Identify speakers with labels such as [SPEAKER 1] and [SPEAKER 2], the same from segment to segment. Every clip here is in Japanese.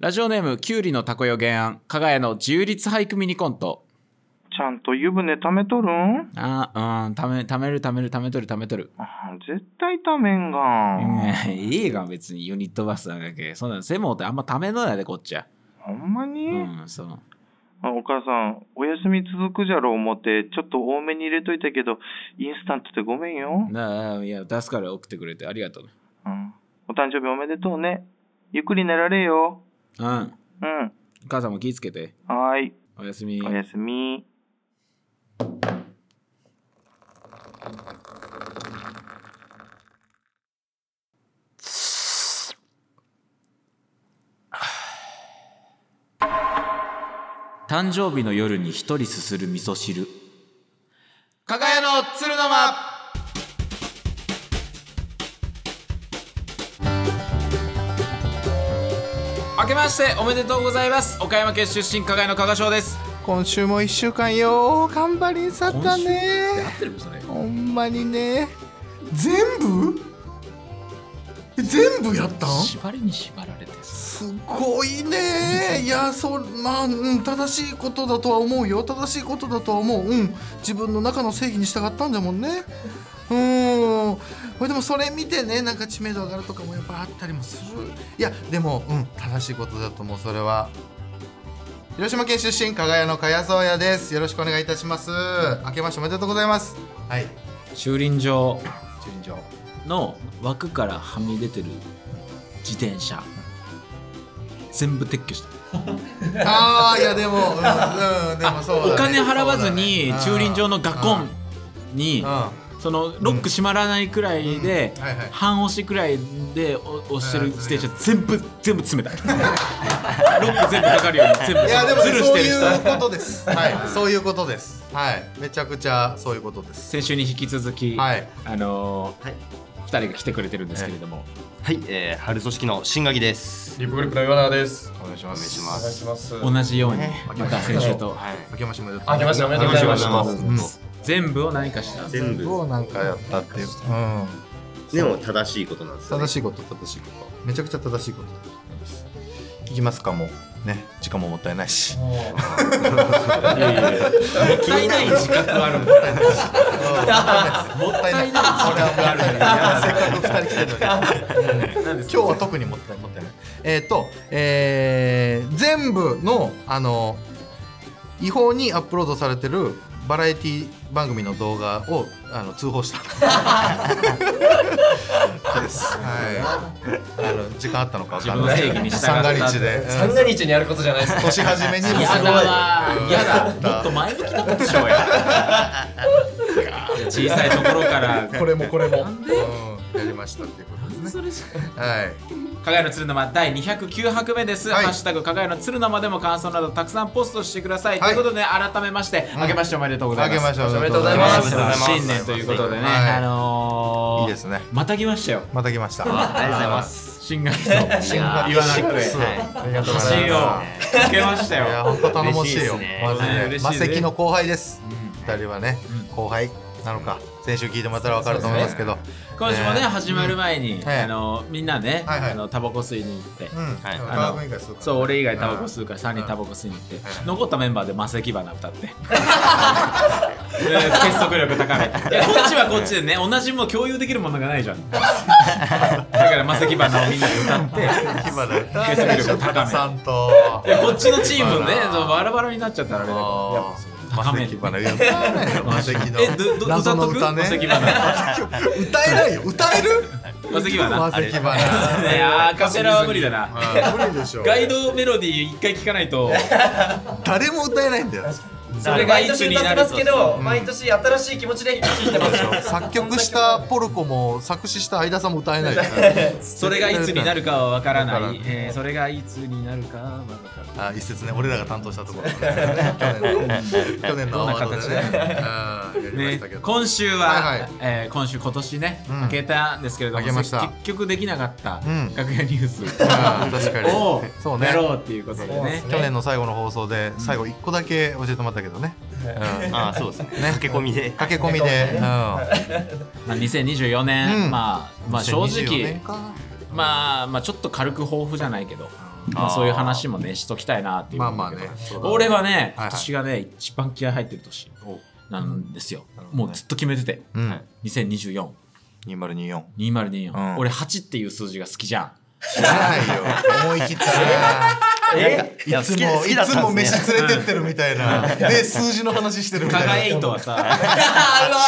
[SPEAKER 1] ラジオネーム、キュウリのたこよ原案、加賀屋の自由律俳句ミニコント。
[SPEAKER 2] ちゃんと湯船溜めとるん
[SPEAKER 1] あ、うん、ため、ためる、ためる、ためとる、ためとる。
[SPEAKER 2] あ絶対溜めんがん。
[SPEAKER 1] うん いいが別にユニットバスなんだけどそんなの、セモってあんまためのやで、こっちは。
[SPEAKER 2] ほんまに、
[SPEAKER 1] うん、そう。
[SPEAKER 2] あお母さん、お休み続くじゃろう思って、ちょっと多めに入れといたけど、インスタントでごめんよ。
[SPEAKER 1] なあ、いや、助かる、送ってくれてありがとう。
[SPEAKER 2] うん。お誕生日おめでとうね。ゆっくり寝られよ。
[SPEAKER 1] うん。
[SPEAKER 2] うん。
[SPEAKER 1] 母さんも気ぃつけて。
[SPEAKER 2] はーい。
[SPEAKER 1] おやすみ。
[SPEAKER 2] おやすみ。
[SPEAKER 1] 誕生日の夜に一人すする味噌汁加賀屋の鶴の間明けましておめでとうございます岡山県出身加賀屋の加賀翔です
[SPEAKER 3] 今週も一週間よう頑張りんさった
[SPEAKER 1] 合
[SPEAKER 3] ね
[SPEAKER 1] ってるそれ
[SPEAKER 3] ほんまにね全部え全部やったん
[SPEAKER 1] 縛りに縛られてさ
[SPEAKER 3] すごいねいやそうまあ、うん、正しいことだとは思うよ正しいことだとは思ううん自分の中の正義に従ったんじゃもんねうんこれでもそれ見てねなんか知名度上がるとかもやっぱあったりもするいやでもうん正しいことだと思うそれは広島県出身加賀屋の加谷宗也ですよろしくお願いいたします明けましておめでとうございますはい
[SPEAKER 1] 駐輪場
[SPEAKER 3] 駐輪場
[SPEAKER 1] の枠からはみ出てる自転車全部撤去した
[SPEAKER 3] ああいやでも、うん、うん、でもそうだ、ね、
[SPEAKER 1] お金払わずに駐
[SPEAKER 3] そうだね
[SPEAKER 1] 輪場のガコンに
[SPEAKER 3] うんうん
[SPEAKER 1] そのロック閉まらないくらいで
[SPEAKER 3] うんはいはい
[SPEAKER 1] 半押しくらいでお押してる自転車全部全部詰めた ロック全部かかるように全部
[SPEAKER 3] いやでも
[SPEAKER 1] ズルし
[SPEAKER 3] そう
[SPEAKER 1] てる
[SPEAKER 3] いうこ
[SPEAKER 1] 人
[SPEAKER 3] と です。はい、そういうことです。はい、めちゃくちゃそういうことです。
[SPEAKER 1] 先週に引き続きあ
[SPEAKER 3] はい、
[SPEAKER 1] のー
[SPEAKER 4] はい
[SPEAKER 1] 二人が来てくれてるんですけれども
[SPEAKER 4] はい、えー、春組織の新垣です。
[SPEAKER 5] リップグリップの岩永です。
[SPEAKER 3] お願いし
[SPEAKER 4] お
[SPEAKER 3] ま
[SPEAKER 4] 願い
[SPEAKER 3] す。
[SPEAKER 4] します。
[SPEAKER 5] します
[SPEAKER 1] 同じように
[SPEAKER 3] ね
[SPEAKER 1] また先週と
[SPEAKER 4] はい。
[SPEAKER 3] 明けましておめでとう。
[SPEAKER 5] 明けましておめでとうございます
[SPEAKER 3] す。
[SPEAKER 1] 全部を何かした
[SPEAKER 4] 全
[SPEAKER 3] 全部
[SPEAKER 4] 部
[SPEAKER 3] をなんかやったっていう。うん、
[SPEAKER 4] でも正しいことなんですよ、ね。
[SPEAKER 3] 正しいこと正しいこと。めちゃくちゃ正しいことだと思います。聞きますかもう。ね、時間ももったいないし。
[SPEAKER 1] いやいやい やもったいない自覚はあるもん
[SPEAKER 3] もったいない。これはもったいない。せっかく二人来てるのに。
[SPEAKER 1] なんです
[SPEAKER 3] 今日は特にもったいもったいない。えっ、と、えー全部のあの違法にアップロードされてるバラエティ番組の動画をあの通報した。です。はい。あの時間あったのかわかんない。
[SPEAKER 1] 自分の正義に従った
[SPEAKER 3] 三が日で。うん
[SPEAKER 5] 三が日にやることじゃないですか。
[SPEAKER 3] 年始めにもすごい。
[SPEAKER 1] やだわ
[SPEAKER 3] うん
[SPEAKER 1] やだもっと前向きなことしようや小さいところから
[SPEAKER 3] これもこれも。うんやりましたっていうことですね。はい。
[SPEAKER 1] かがやの鶴の間第209拍目です、
[SPEAKER 3] はい
[SPEAKER 1] ハッシュタグかがやの鶴の間でも感想などたくさんポストしてください、
[SPEAKER 3] はい
[SPEAKER 1] ということで改めまして、
[SPEAKER 3] ん
[SPEAKER 1] 明けましておめでとうござ
[SPEAKER 3] あ
[SPEAKER 1] い
[SPEAKER 3] げ
[SPEAKER 1] ま
[SPEAKER 3] ますしょう。おめで
[SPEAKER 5] とうございます
[SPEAKER 1] 新年ということでね、
[SPEAKER 3] はい
[SPEAKER 1] あのー、
[SPEAKER 3] いいですね。
[SPEAKER 1] また来ましたよ
[SPEAKER 3] また来ました。
[SPEAKER 4] ありがとうございます。
[SPEAKER 1] 新学期の
[SPEAKER 4] いやー
[SPEAKER 1] 言わなくて
[SPEAKER 3] ありがとうござい
[SPEAKER 1] 橋を
[SPEAKER 3] ま
[SPEAKER 1] つけました
[SPEAKER 3] す。いや
[SPEAKER 1] よ
[SPEAKER 3] 本当頼もしいよ。
[SPEAKER 4] 嬉しいですね
[SPEAKER 3] マジ
[SPEAKER 1] はい
[SPEAKER 3] で。
[SPEAKER 1] 嬉しい
[SPEAKER 3] マ
[SPEAKER 1] ね
[SPEAKER 3] セキの後輩です。二人はね
[SPEAKER 1] うん、
[SPEAKER 3] 後輩なのか。先週聞いてもらったらわかると思いますけど。
[SPEAKER 1] 今週もね
[SPEAKER 3] ね
[SPEAKER 1] 始まる前に、
[SPEAKER 3] はい
[SPEAKER 1] あのーみんなね、
[SPEAKER 3] はいはい
[SPEAKER 1] あのタバコ吸いに行って、
[SPEAKER 3] うん。
[SPEAKER 4] はい
[SPEAKER 3] 科
[SPEAKER 1] あの
[SPEAKER 3] 学以外そうか
[SPEAKER 1] そう俺以外タバコ吸うから3人タバコ吸いに行って残ったメンバーでマセキバナ歌ってで結束力高めいやこっちはこっちでね同じもの共有できるものがないじゃんだからマセキバナをみんなで歌って
[SPEAKER 3] 火花
[SPEAKER 1] 結束力高め
[SPEAKER 3] さんと。
[SPEAKER 1] いやこっちのチームね
[SPEAKER 3] バナ
[SPEAKER 1] そうバラバラになっちゃったらあれだけどやっ
[SPEAKER 3] あ
[SPEAKER 1] ぱそう
[SPEAKER 3] ー
[SPEAKER 1] 高
[SPEAKER 3] マ
[SPEAKER 1] め
[SPEAKER 3] セ
[SPEAKER 1] る
[SPEAKER 3] キ
[SPEAKER 1] ね
[SPEAKER 3] バナ歌えないよ。マセキの。
[SPEAKER 1] えどど歌
[SPEAKER 3] 謎
[SPEAKER 1] っ
[SPEAKER 3] の
[SPEAKER 1] とく
[SPEAKER 3] 歌ね
[SPEAKER 1] マセキバナ
[SPEAKER 3] 歌えないよ。歌える？
[SPEAKER 1] マセキバナ
[SPEAKER 3] マセキバ
[SPEAKER 1] ね
[SPEAKER 3] ナ。
[SPEAKER 1] アカペラは無理だな
[SPEAKER 3] うん無理でしょ。
[SPEAKER 1] ガイドメロディー一回聞かないと
[SPEAKER 3] 誰も歌えないんだよ。
[SPEAKER 1] それがいつになる
[SPEAKER 5] 毎年歌ってます
[SPEAKER 1] と
[SPEAKER 5] けど、毎年新しい気持ちで聞いてますよ。
[SPEAKER 3] 作曲したポルコも作詞した相田さんも歌えないよ。
[SPEAKER 1] それがいつになるかはわから
[SPEAKER 3] わから
[SPEAKER 1] な
[SPEAKER 3] ない
[SPEAKER 1] い、えーそれがいつになるかはわからない。
[SPEAKER 3] あ一節ね俺らが担当したところ、ね、去年の去年のアワードでね
[SPEAKER 1] どん
[SPEAKER 3] うんやりま
[SPEAKER 1] ね
[SPEAKER 3] したけ、ど、
[SPEAKER 1] 今週は、
[SPEAKER 3] はいはい
[SPEAKER 1] えー今週今年ね、
[SPEAKER 3] うん
[SPEAKER 1] 明けたんですけれども
[SPEAKER 3] 明けました
[SPEAKER 1] 結局できなかった
[SPEAKER 3] うん
[SPEAKER 1] 楽屋ニュース
[SPEAKER 3] あー確かに
[SPEAKER 1] を、
[SPEAKER 3] そうね
[SPEAKER 1] やろうっていうことで
[SPEAKER 5] そうで
[SPEAKER 1] ね
[SPEAKER 5] すね
[SPEAKER 3] 去年の最後の放送で最後一個だけ教えてもらったけどね、うん
[SPEAKER 4] あー、そうですね。駆け込みで。
[SPEAKER 3] 駆け込みで、うん
[SPEAKER 1] まあ、2024年、
[SPEAKER 3] うん
[SPEAKER 1] まあ、まあ正
[SPEAKER 3] 2024
[SPEAKER 1] 直、
[SPEAKER 3] 年か
[SPEAKER 1] まあ、まあちょっと軽く抱負じゃないけど、
[SPEAKER 3] う
[SPEAKER 1] まあ、そういう話もねしときたいなっていう思うんだけど
[SPEAKER 3] まあまあねそうだね
[SPEAKER 1] 俺はね
[SPEAKER 3] はいはい
[SPEAKER 1] 今年がね一番気合入ってる年なんですよ、
[SPEAKER 3] なるほどね
[SPEAKER 1] もうずっと決めてて
[SPEAKER 3] うん、
[SPEAKER 1] 2024
[SPEAKER 3] 2024
[SPEAKER 1] 2024、
[SPEAKER 3] うん
[SPEAKER 1] 俺8っていう数字が好きじゃん
[SPEAKER 3] 知らないよ思い切ったな
[SPEAKER 4] えいや
[SPEAKER 3] いつもいつも飯連れてってるみたいなで数字の話してるみた
[SPEAKER 1] 加賀
[SPEAKER 3] い
[SPEAKER 1] エイ
[SPEAKER 3] な
[SPEAKER 1] トは さ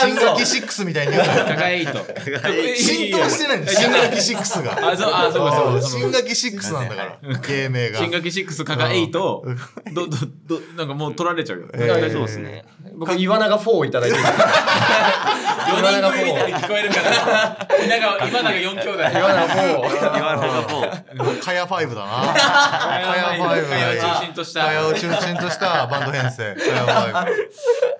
[SPEAKER 3] 新垣6みたいに言うから
[SPEAKER 1] 加賀エイト
[SPEAKER 3] 浸透してないんだよ新垣6が
[SPEAKER 1] あそうあそうかそうかそ
[SPEAKER 3] 新垣6なんだから芸名が
[SPEAKER 1] 新垣6加賀エイトどどどなんかもう取られちゃうよ
[SPEAKER 3] えー
[SPEAKER 4] そうですね。
[SPEAKER 5] 僕、イワナが4をいただいてる。
[SPEAKER 1] 4人組みたいに聞こえるからなんか今なんか4兄弟
[SPEAKER 5] イワナ4を。
[SPEAKER 4] 言わながもう
[SPEAKER 3] カヤファイブだな
[SPEAKER 1] カ
[SPEAKER 3] カヤファイブ
[SPEAKER 1] ヤを中心とし
[SPEAKER 3] カヤを
[SPEAKER 1] た
[SPEAKER 3] 中心としたバンド編成カヤファイブ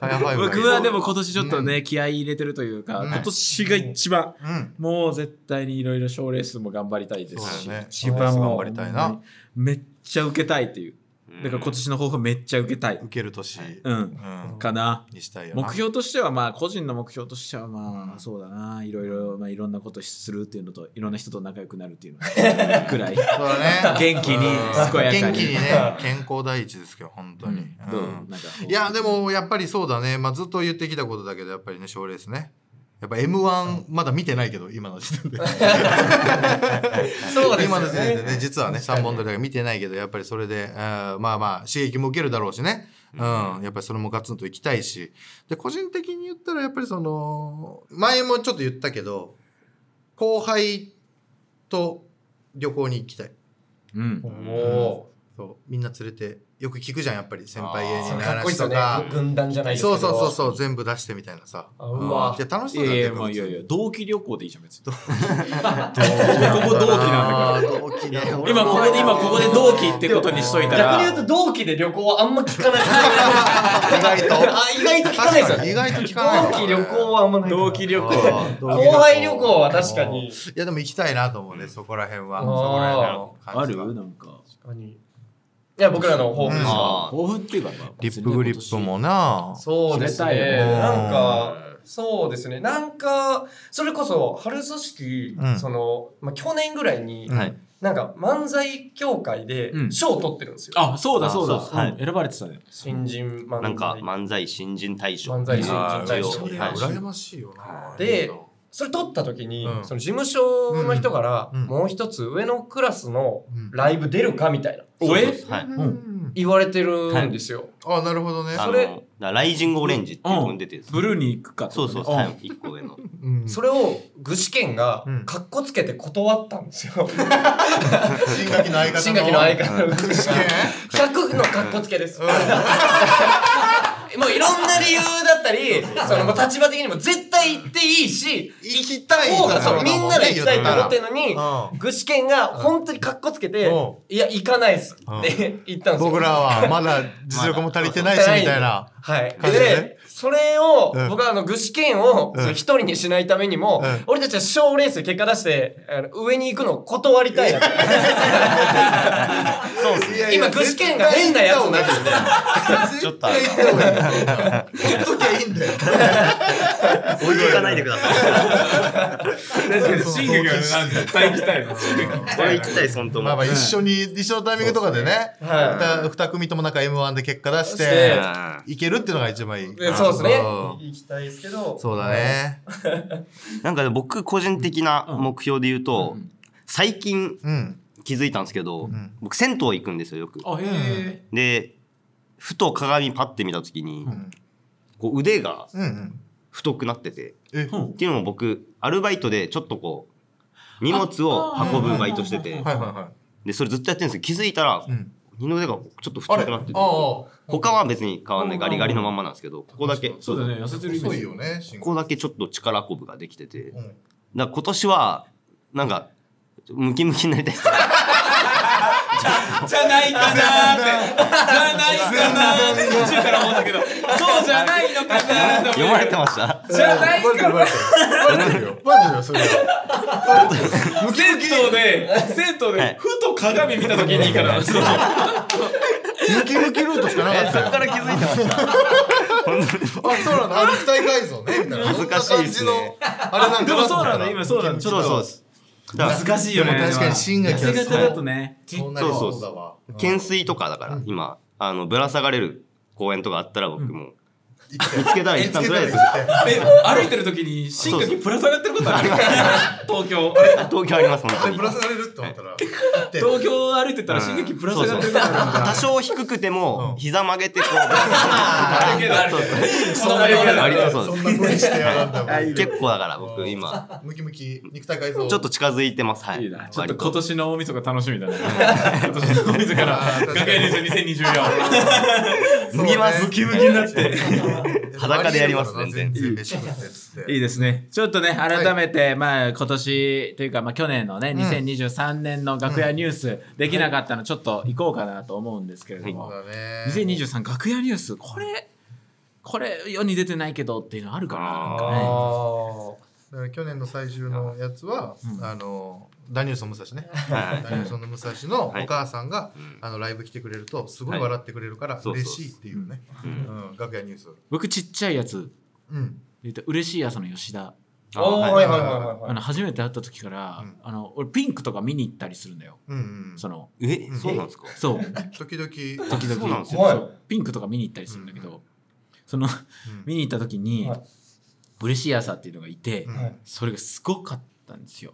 [SPEAKER 3] カヤファイブ
[SPEAKER 1] 僕はでも今年ちょっとね気合い入れてるというか
[SPEAKER 3] うん
[SPEAKER 1] 今年が一番
[SPEAKER 3] うん
[SPEAKER 1] もう絶対にいろいろ賞レースも頑張りたいで
[SPEAKER 3] そう
[SPEAKER 1] すし
[SPEAKER 3] だね
[SPEAKER 1] 一番もう
[SPEAKER 3] 頑張りたいな
[SPEAKER 1] めっちゃ受けたいっていうだから今年の抱負めっちゃ受けたい
[SPEAKER 3] 受ける年
[SPEAKER 1] うん
[SPEAKER 3] うん
[SPEAKER 1] かな
[SPEAKER 3] にしたいよな
[SPEAKER 1] 目標としてはまあ個人の目標としてはまあそうだないろいろまあいろんなことするっていうのといろんな人と仲良くなるっていう のくらい
[SPEAKER 3] そうだね
[SPEAKER 1] 元気に
[SPEAKER 3] うん
[SPEAKER 1] 健やかに
[SPEAKER 3] 元気にね健康第一ですけど本当に
[SPEAKER 1] どう
[SPEAKER 3] うん
[SPEAKER 1] なんか
[SPEAKER 3] いやでもやっぱりそうだね、まあ、ずっと言ってきたことだけどやっぱりね賞レースねやっぱ m 1まだ見てないけど今の時点で
[SPEAKER 5] そうです
[SPEAKER 3] 今
[SPEAKER 5] よ
[SPEAKER 3] の時点で
[SPEAKER 5] ね。
[SPEAKER 3] ね実はね3本取りだけ見てないけどやっぱりそれで、あーまあまあ刺激も受けるだろうしね、うん、やっぱりそれもガツンといきたいしで個人的に言ったらやっぱりその前もちょっと言ったけど後輩と旅行に行きたい
[SPEAKER 1] うん
[SPEAKER 5] も
[SPEAKER 3] そうみんな連れてよく聞くじゃんやっぱり先輩芸
[SPEAKER 5] う、
[SPEAKER 3] 人の
[SPEAKER 5] かっこい
[SPEAKER 3] 話
[SPEAKER 5] いです
[SPEAKER 3] と
[SPEAKER 5] よね
[SPEAKER 3] か。。
[SPEAKER 5] 軍団じゃないですけ
[SPEAKER 3] そ
[SPEAKER 5] ど。
[SPEAKER 3] うそうそうそう全部出してみたいなさ
[SPEAKER 5] あうわ
[SPEAKER 3] んいや楽し
[SPEAKER 1] い
[SPEAKER 3] そう
[SPEAKER 1] や
[SPEAKER 3] だ
[SPEAKER 1] い
[SPEAKER 3] ね
[SPEAKER 1] やまあいやいや同期旅行でいいじゃん別にここ同期なんだか
[SPEAKER 3] あー同期ね
[SPEAKER 1] ら今ここで今ここで同期ってことにしといたら
[SPEAKER 5] 逆に言うと同期で旅行はあんま聞かない。
[SPEAKER 3] 意外と
[SPEAKER 5] あ意外と聞かないですよね
[SPEAKER 3] 意外と聞かないわ
[SPEAKER 5] 同期旅行はあんまないから。
[SPEAKER 1] 同期旅行
[SPEAKER 3] あー同期
[SPEAKER 5] 後輩旅行は確かに。
[SPEAKER 3] いやでも行きたいなと思うねそこら辺は
[SPEAKER 5] あ
[SPEAKER 3] そ
[SPEAKER 5] ー
[SPEAKER 3] こら辺の
[SPEAKER 1] あ
[SPEAKER 3] 感じ
[SPEAKER 1] る
[SPEAKER 3] は
[SPEAKER 1] なんか
[SPEAKER 5] 確かにいや、僕らの抱負ですか。
[SPEAKER 4] あ
[SPEAKER 1] 抱負っていうかまあ
[SPEAKER 3] リップグリップもな
[SPEAKER 5] そうです
[SPEAKER 1] 知りたい
[SPEAKER 5] ね。
[SPEAKER 1] よ
[SPEAKER 3] ね
[SPEAKER 5] なんか、そうですね。なんか、それこそ、春組織、
[SPEAKER 3] うん
[SPEAKER 5] その、まあ、去年ぐらいに、
[SPEAKER 3] うん
[SPEAKER 4] はい
[SPEAKER 5] なんか漫才協会で
[SPEAKER 1] うん
[SPEAKER 5] 賞を取ってるんですよ。
[SPEAKER 1] あそうだそうだ
[SPEAKER 4] あそうそうはい
[SPEAKER 1] 選ばれてたね
[SPEAKER 5] 新人漫才。
[SPEAKER 4] なんか漫才新人大賞。
[SPEAKER 5] 漫才新
[SPEAKER 3] あ
[SPEAKER 5] 人
[SPEAKER 3] ー
[SPEAKER 5] 大
[SPEAKER 4] 一応
[SPEAKER 5] 賞
[SPEAKER 3] それ
[SPEAKER 4] は
[SPEAKER 3] はい羨ましいよな
[SPEAKER 5] でそれ取った時に、
[SPEAKER 3] うん
[SPEAKER 5] その事務所の人から、
[SPEAKER 3] うんうん
[SPEAKER 5] もう一つ上のクラスの
[SPEAKER 3] うん
[SPEAKER 5] ライブ出るかみたいな、
[SPEAKER 1] おえ
[SPEAKER 4] はい。
[SPEAKER 3] うんうん
[SPEAKER 5] 言われてるんですよ。
[SPEAKER 3] あなるほどね
[SPEAKER 4] あの
[SPEAKER 5] それ
[SPEAKER 4] だからライジングオレンジっていうのに出てるんです
[SPEAKER 1] ブルーに行くかって
[SPEAKER 4] そ
[SPEAKER 1] こ
[SPEAKER 4] う
[SPEAKER 1] とね
[SPEAKER 4] そうそう。はい一個上の。
[SPEAKER 3] うん
[SPEAKER 5] それを具志堅が
[SPEAKER 3] うん
[SPEAKER 5] かっこつけて断ったんですよ。
[SPEAKER 3] 新垣の相方
[SPEAKER 5] 新垣の 相方の具志
[SPEAKER 3] 試
[SPEAKER 5] 堅
[SPEAKER 3] 験。
[SPEAKER 5] 100のかっこつけです。
[SPEAKER 3] う
[SPEAKER 5] も
[SPEAKER 3] ん
[SPEAKER 5] ういろんな理由だったり、そのもう立場的にも絶対行っていいし、
[SPEAKER 3] 行きたい
[SPEAKER 5] 方がそう、
[SPEAKER 4] うん
[SPEAKER 5] みんなで行きたいと思ってるのに、
[SPEAKER 3] う
[SPEAKER 5] 具志堅が本当にかっこつけて
[SPEAKER 3] うん、
[SPEAKER 5] いや、行かないっすって言ったん
[SPEAKER 3] ん
[SPEAKER 5] ですよ。
[SPEAKER 3] 僕らはまだ実力も足りてないしみたいな
[SPEAKER 5] はい。
[SPEAKER 3] 感じでね
[SPEAKER 5] で、それを
[SPEAKER 3] うん、
[SPEAKER 5] 僕はあの、具志堅を
[SPEAKER 3] うん
[SPEAKER 5] その一人にしないためにも
[SPEAKER 3] うん、
[SPEAKER 5] 俺たちは賞レースで結果出して、あの上に行くのを断りたいなと。
[SPEAKER 3] そう
[SPEAKER 5] 今、具志堅が変なやつになってるんで。
[SPEAKER 3] ちょっと行った方がいいよ。ほっときゃいいんだよ。
[SPEAKER 4] 置いていかないでください。
[SPEAKER 1] 確かに新劇は絶対行きたいな新劇行き
[SPEAKER 4] こ
[SPEAKER 1] た
[SPEAKER 4] れ
[SPEAKER 1] い
[SPEAKER 4] 行
[SPEAKER 1] な
[SPEAKER 4] きたい本当
[SPEAKER 3] まあまあ
[SPEAKER 4] に。
[SPEAKER 3] 一緒に、一緒のタイミングとかでね、
[SPEAKER 5] はい
[SPEAKER 3] 二二組ともなんか M1 で結果出し
[SPEAKER 5] 出して
[SPEAKER 3] て、いけるっていうのが一番いい。
[SPEAKER 5] でそうですね。
[SPEAKER 3] うん
[SPEAKER 5] 行きたいですけど。
[SPEAKER 3] そうだ。ね。
[SPEAKER 4] なんかね僕個人的な目標で言うと、最近
[SPEAKER 3] うん。
[SPEAKER 4] 気づいたんですけど、
[SPEAKER 3] ん
[SPEAKER 4] 僕銭湯行くんですよよく。
[SPEAKER 1] あへ
[SPEAKER 4] でふと鏡パッて見た時に、
[SPEAKER 3] ん
[SPEAKER 4] こう腕が
[SPEAKER 3] うんうん。
[SPEAKER 4] 太くなってて
[SPEAKER 3] え、
[SPEAKER 1] え
[SPEAKER 4] っていうのも僕アルバイトでちょっとこう荷物を運ぶバイトしてて
[SPEAKER 3] はいはいはい。
[SPEAKER 4] でそれずっとやってるんですけど気づいたら、
[SPEAKER 3] うん
[SPEAKER 4] 二の腕がちょっ
[SPEAKER 3] あ
[SPEAKER 4] と太
[SPEAKER 3] れ
[SPEAKER 4] くなってて
[SPEAKER 3] ああ、
[SPEAKER 4] 他は別に変わんないガリガリのまんまなんですけどここだけこ
[SPEAKER 1] そうだね痩せてるイメー
[SPEAKER 3] 細い
[SPEAKER 1] ジ
[SPEAKER 3] よね、進
[SPEAKER 4] こだけちょっと力こぶができててだか
[SPEAKER 3] うん
[SPEAKER 4] ら今年はなんかムキムキになりたいです
[SPEAKER 1] じゃないかなーってじゃないかなーって途中から思ったけどそうじゃないのかなーって
[SPEAKER 4] 読まれてました
[SPEAKER 1] じゃないかな
[SPEAKER 3] バレてるよ。バレてるよ、それは。
[SPEAKER 1] 銭湯で銭湯でふと鏡見た時にいいからそう
[SPEAKER 3] ムキムキルートしかなかったよ。
[SPEAKER 4] ら気づいてました
[SPEAKER 3] あ、そうなのあれ肉体改造ね、みたいな。
[SPEAKER 4] 恥ずかしいですね
[SPEAKER 3] そんな感じのあれなん
[SPEAKER 1] で
[SPEAKER 3] か
[SPEAKER 1] も
[SPEAKER 3] なと
[SPEAKER 1] そう
[SPEAKER 3] 思った
[SPEAKER 1] な
[SPEAKER 3] ら
[SPEAKER 1] んだ今そうなんだち
[SPEAKER 4] そ
[SPEAKER 1] ょ
[SPEAKER 4] う
[SPEAKER 1] っ
[SPEAKER 4] そう
[SPEAKER 1] と
[SPEAKER 4] ですだから
[SPEAKER 1] 難しいよね
[SPEAKER 6] でも確かに芯が
[SPEAKER 1] 痩せ
[SPEAKER 6] 強そう
[SPEAKER 1] 型だとね
[SPEAKER 6] そうなり
[SPEAKER 4] そう
[SPEAKER 6] そう
[SPEAKER 4] そ
[SPEAKER 6] だ
[SPEAKER 4] う
[SPEAKER 6] わ
[SPEAKER 4] 懸垂とかだから、今あのぶら下がれる公園とかあったら僕も、見つけたら一旦と りあえず
[SPEAKER 1] え歩いてる時に進化
[SPEAKER 4] そうそ
[SPEAKER 1] にぶら下がってることある 東京
[SPEAKER 4] 東京あります本当に
[SPEAKER 3] ぶら下がれるって思ったら
[SPEAKER 1] 東京を歩いてたら進撃ぶら下がってることあるんだ
[SPEAKER 4] 多少低くても膝曲げてこう
[SPEAKER 1] あるけどあるけどそんなような
[SPEAKER 4] 割とそう
[SPEAKER 3] そん
[SPEAKER 4] です
[SPEAKER 3] な声してやがんだもん
[SPEAKER 4] 結構だから僕今
[SPEAKER 3] ムキムキ肉体改造
[SPEAKER 4] ちょっと近づいてますはい
[SPEAKER 1] いなちょっと
[SPEAKER 4] 割
[SPEAKER 1] 今年の大晦日楽しみだね 今年の大晦日の楽屋ニュース2024
[SPEAKER 4] 脱ぎます
[SPEAKER 3] そうね
[SPEAKER 4] ム
[SPEAKER 1] キムキになって
[SPEAKER 4] 裸でやりますね
[SPEAKER 3] 全
[SPEAKER 4] 全然
[SPEAKER 3] 然飯食ってっつっ て
[SPEAKER 1] いいですねちょっとね改めて、まあ今年というか、まあ、去年のね、2023年の楽屋ニュースできなかったのちょっと行こうかなと思うんですけれども、
[SPEAKER 3] そうだね
[SPEAKER 1] 2023楽屋ニュースこれこれ世に出てないけどっていうのあるかななんかね
[SPEAKER 5] あ
[SPEAKER 3] だから去年の最終のやつは、あのダニエルソン武蔵ね、
[SPEAKER 4] はい
[SPEAKER 3] ダニエルソンの武蔵の
[SPEAKER 4] はい
[SPEAKER 3] お母さんが、
[SPEAKER 4] ん
[SPEAKER 3] あのライブ来てくれるとすごい
[SPEAKER 4] はい
[SPEAKER 3] 笑ってくれるから
[SPEAKER 4] そうそう
[SPEAKER 3] 嬉しいっていうね、うん楽屋ニュース、
[SPEAKER 1] 僕ちっちゃいやつ
[SPEAKER 3] うん、
[SPEAKER 1] 言うと嬉しい朝の吉田
[SPEAKER 5] あああはいはいはいはい
[SPEAKER 1] あ
[SPEAKER 5] はい
[SPEAKER 1] の初めて会った時から、
[SPEAKER 3] うん
[SPEAKER 1] あの俺ピンクとか見に行ったりするんだよ
[SPEAKER 3] うんうん
[SPEAKER 1] その
[SPEAKER 4] えそうなんですか
[SPEAKER 1] そう
[SPEAKER 3] 時々
[SPEAKER 1] 時々
[SPEAKER 4] そうなんです
[SPEAKER 5] よはい
[SPEAKER 1] そうピンクとか見に行ったりするんだけど、その
[SPEAKER 3] うん
[SPEAKER 1] 見に行った時に、
[SPEAKER 5] はい
[SPEAKER 1] 嬉しい朝っていうのがいて、
[SPEAKER 3] うん
[SPEAKER 5] はい
[SPEAKER 1] それがすごかったんですよ。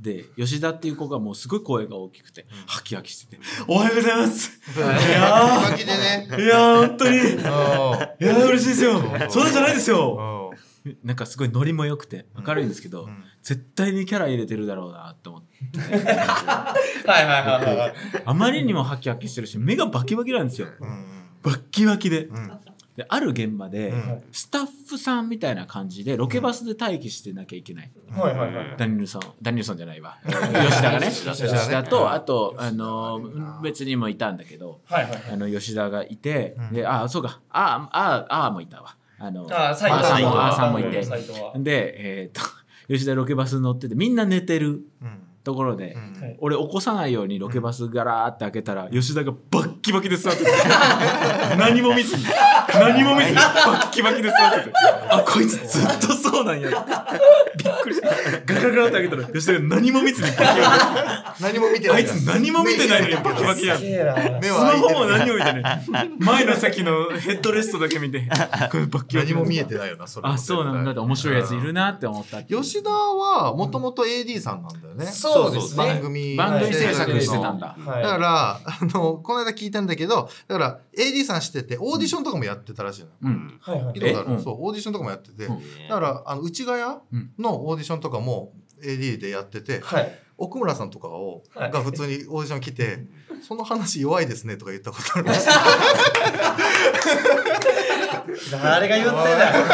[SPEAKER 1] で吉田っていう子がもうすごい声が大きくて、ハキハキしてて「おはようございます
[SPEAKER 3] 手書きでね
[SPEAKER 1] いやー本当にいや
[SPEAKER 3] あ
[SPEAKER 1] ー嬉しいですよ
[SPEAKER 3] そう
[SPEAKER 1] そんなんじゃないです
[SPEAKER 3] ー
[SPEAKER 1] よ!
[SPEAKER 3] あ」
[SPEAKER 1] なんかすごいノリも良くて明るいんですけど、
[SPEAKER 3] ん
[SPEAKER 1] 絶対にキャラ入れてるだろうなって思って
[SPEAKER 5] はいはいはいはい
[SPEAKER 1] あまりにもハキハキしてるし目がバキバキなんですよ。
[SPEAKER 3] ーうん
[SPEAKER 1] バッキバキで
[SPEAKER 3] うん
[SPEAKER 1] である現場で、
[SPEAKER 3] うん
[SPEAKER 1] スタッフさんみたいな感じでロケバスで待機してなきゃいけない、
[SPEAKER 5] はいはいはい
[SPEAKER 1] ダニエルソンダニエルソンじゃないわ吉田がね吉
[SPEAKER 4] 吉
[SPEAKER 1] 田
[SPEAKER 4] 田
[SPEAKER 3] ね
[SPEAKER 1] とあと、あのー別にもいたんだけど
[SPEAKER 5] はいはい
[SPEAKER 1] あの吉田がいて、
[SPEAKER 3] うん
[SPEAKER 1] でああそうかあああああもいたわあの
[SPEAKER 5] ああ、サイ
[SPEAKER 1] あ
[SPEAKER 5] ト
[SPEAKER 1] さんも
[SPEAKER 5] は
[SPEAKER 1] あさんもいて
[SPEAKER 5] サイトは
[SPEAKER 1] でえーっと吉田ロケバス乗っててみんな寝てる
[SPEAKER 3] うん
[SPEAKER 1] ところで、
[SPEAKER 3] うん
[SPEAKER 5] はい
[SPEAKER 1] 俺起こさないようにロケバスガラーって開けたら、吉田がバッキバキで座って て何も見ずに何も見ずにバッキバキで座っててあこいつずっとそうなんやびっくりしたガラガラって開けたら吉田が何も見ずにバキバキ
[SPEAKER 3] 何も見てな
[SPEAKER 1] あ
[SPEAKER 3] い
[SPEAKER 1] いつ何も見てないのにバキバキやん
[SPEAKER 5] す
[SPEAKER 1] ス
[SPEAKER 5] げえな
[SPEAKER 3] 目は
[SPEAKER 1] マ
[SPEAKER 3] 開いて
[SPEAKER 1] ホも
[SPEAKER 3] る
[SPEAKER 1] 何も見てない前の席のヘッドレストだけ見てこれバッキバキ
[SPEAKER 3] 何も見えてないよなそれ
[SPEAKER 1] あそうなんだって面白いやついるなって思ったっていう
[SPEAKER 3] 吉田はもともと AD さんなんだよね
[SPEAKER 5] そうですね
[SPEAKER 3] 番組
[SPEAKER 1] 番組制
[SPEAKER 5] は
[SPEAKER 1] 作
[SPEAKER 5] い
[SPEAKER 1] してたんだ
[SPEAKER 5] は
[SPEAKER 3] だ
[SPEAKER 5] い
[SPEAKER 3] から、あの、この間聞いたんだけど、だから、AD さんしてて、オーディションとかもやってたらしいの。
[SPEAKER 1] うん
[SPEAKER 5] はいはい
[SPEAKER 3] 聞いたことある
[SPEAKER 1] えうん
[SPEAKER 3] そう、オーディションとかもやってて、
[SPEAKER 1] う
[SPEAKER 3] だ
[SPEAKER 1] ん
[SPEAKER 3] から、あの、内ヶ谷のオーディションとかも AD でやってて、
[SPEAKER 5] はい
[SPEAKER 3] 奥村さんとかを、
[SPEAKER 5] はい
[SPEAKER 3] が普通にオーディション来て、その話弱いですねとか言ったことある らしい。
[SPEAKER 5] 誰が言ってんだよ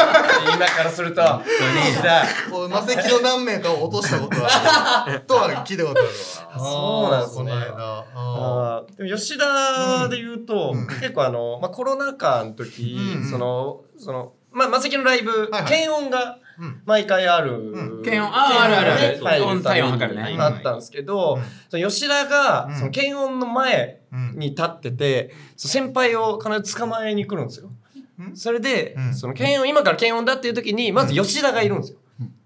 [SPEAKER 5] 今からすると吉田
[SPEAKER 3] こう魔石の何名かを落としたことあ る。とは聞いたことあるわ。
[SPEAKER 5] そうなんですね
[SPEAKER 3] この間あ
[SPEAKER 5] あーでも吉田で言うと、
[SPEAKER 3] うん
[SPEAKER 5] 結構あの、まあ、コロナ禍の時、
[SPEAKER 3] うん
[SPEAKER 5] そのそのまあマセキのライブ、
[SPEAKER 3] はいはい
[SPEAKER 5] 検温が
[SPEAKER 3] うん
[SPEAKER 5] 毎回ある、
[SPEAKER 3] う
[SPEAKER 1] 検温あーあるあるある
[SPEAKER 5] ね
[SPEAKER 1] そう
[SPEAKER 5] 入るために
[SPEAKER 1] 体温測るね
[SPEAKER 5] あったんですけど、
[SPEAKER 3] うん
[SPEAKER 5] その吉田が、
[SPEAKER 3] うん
[SPEAKER 5] その検温の前
[SPEAKER 3] ーうん
[SPEAKER 5] に立ってて、その先輩を必ず捕まえに来るんですよ。
[SPEAKER 3] ん
[SPEAKER 5] それで、
[SPEAKER 3] うん
[SPEAKER 5] その検温今から検温だっていう時にまず吉田がいるんですよ。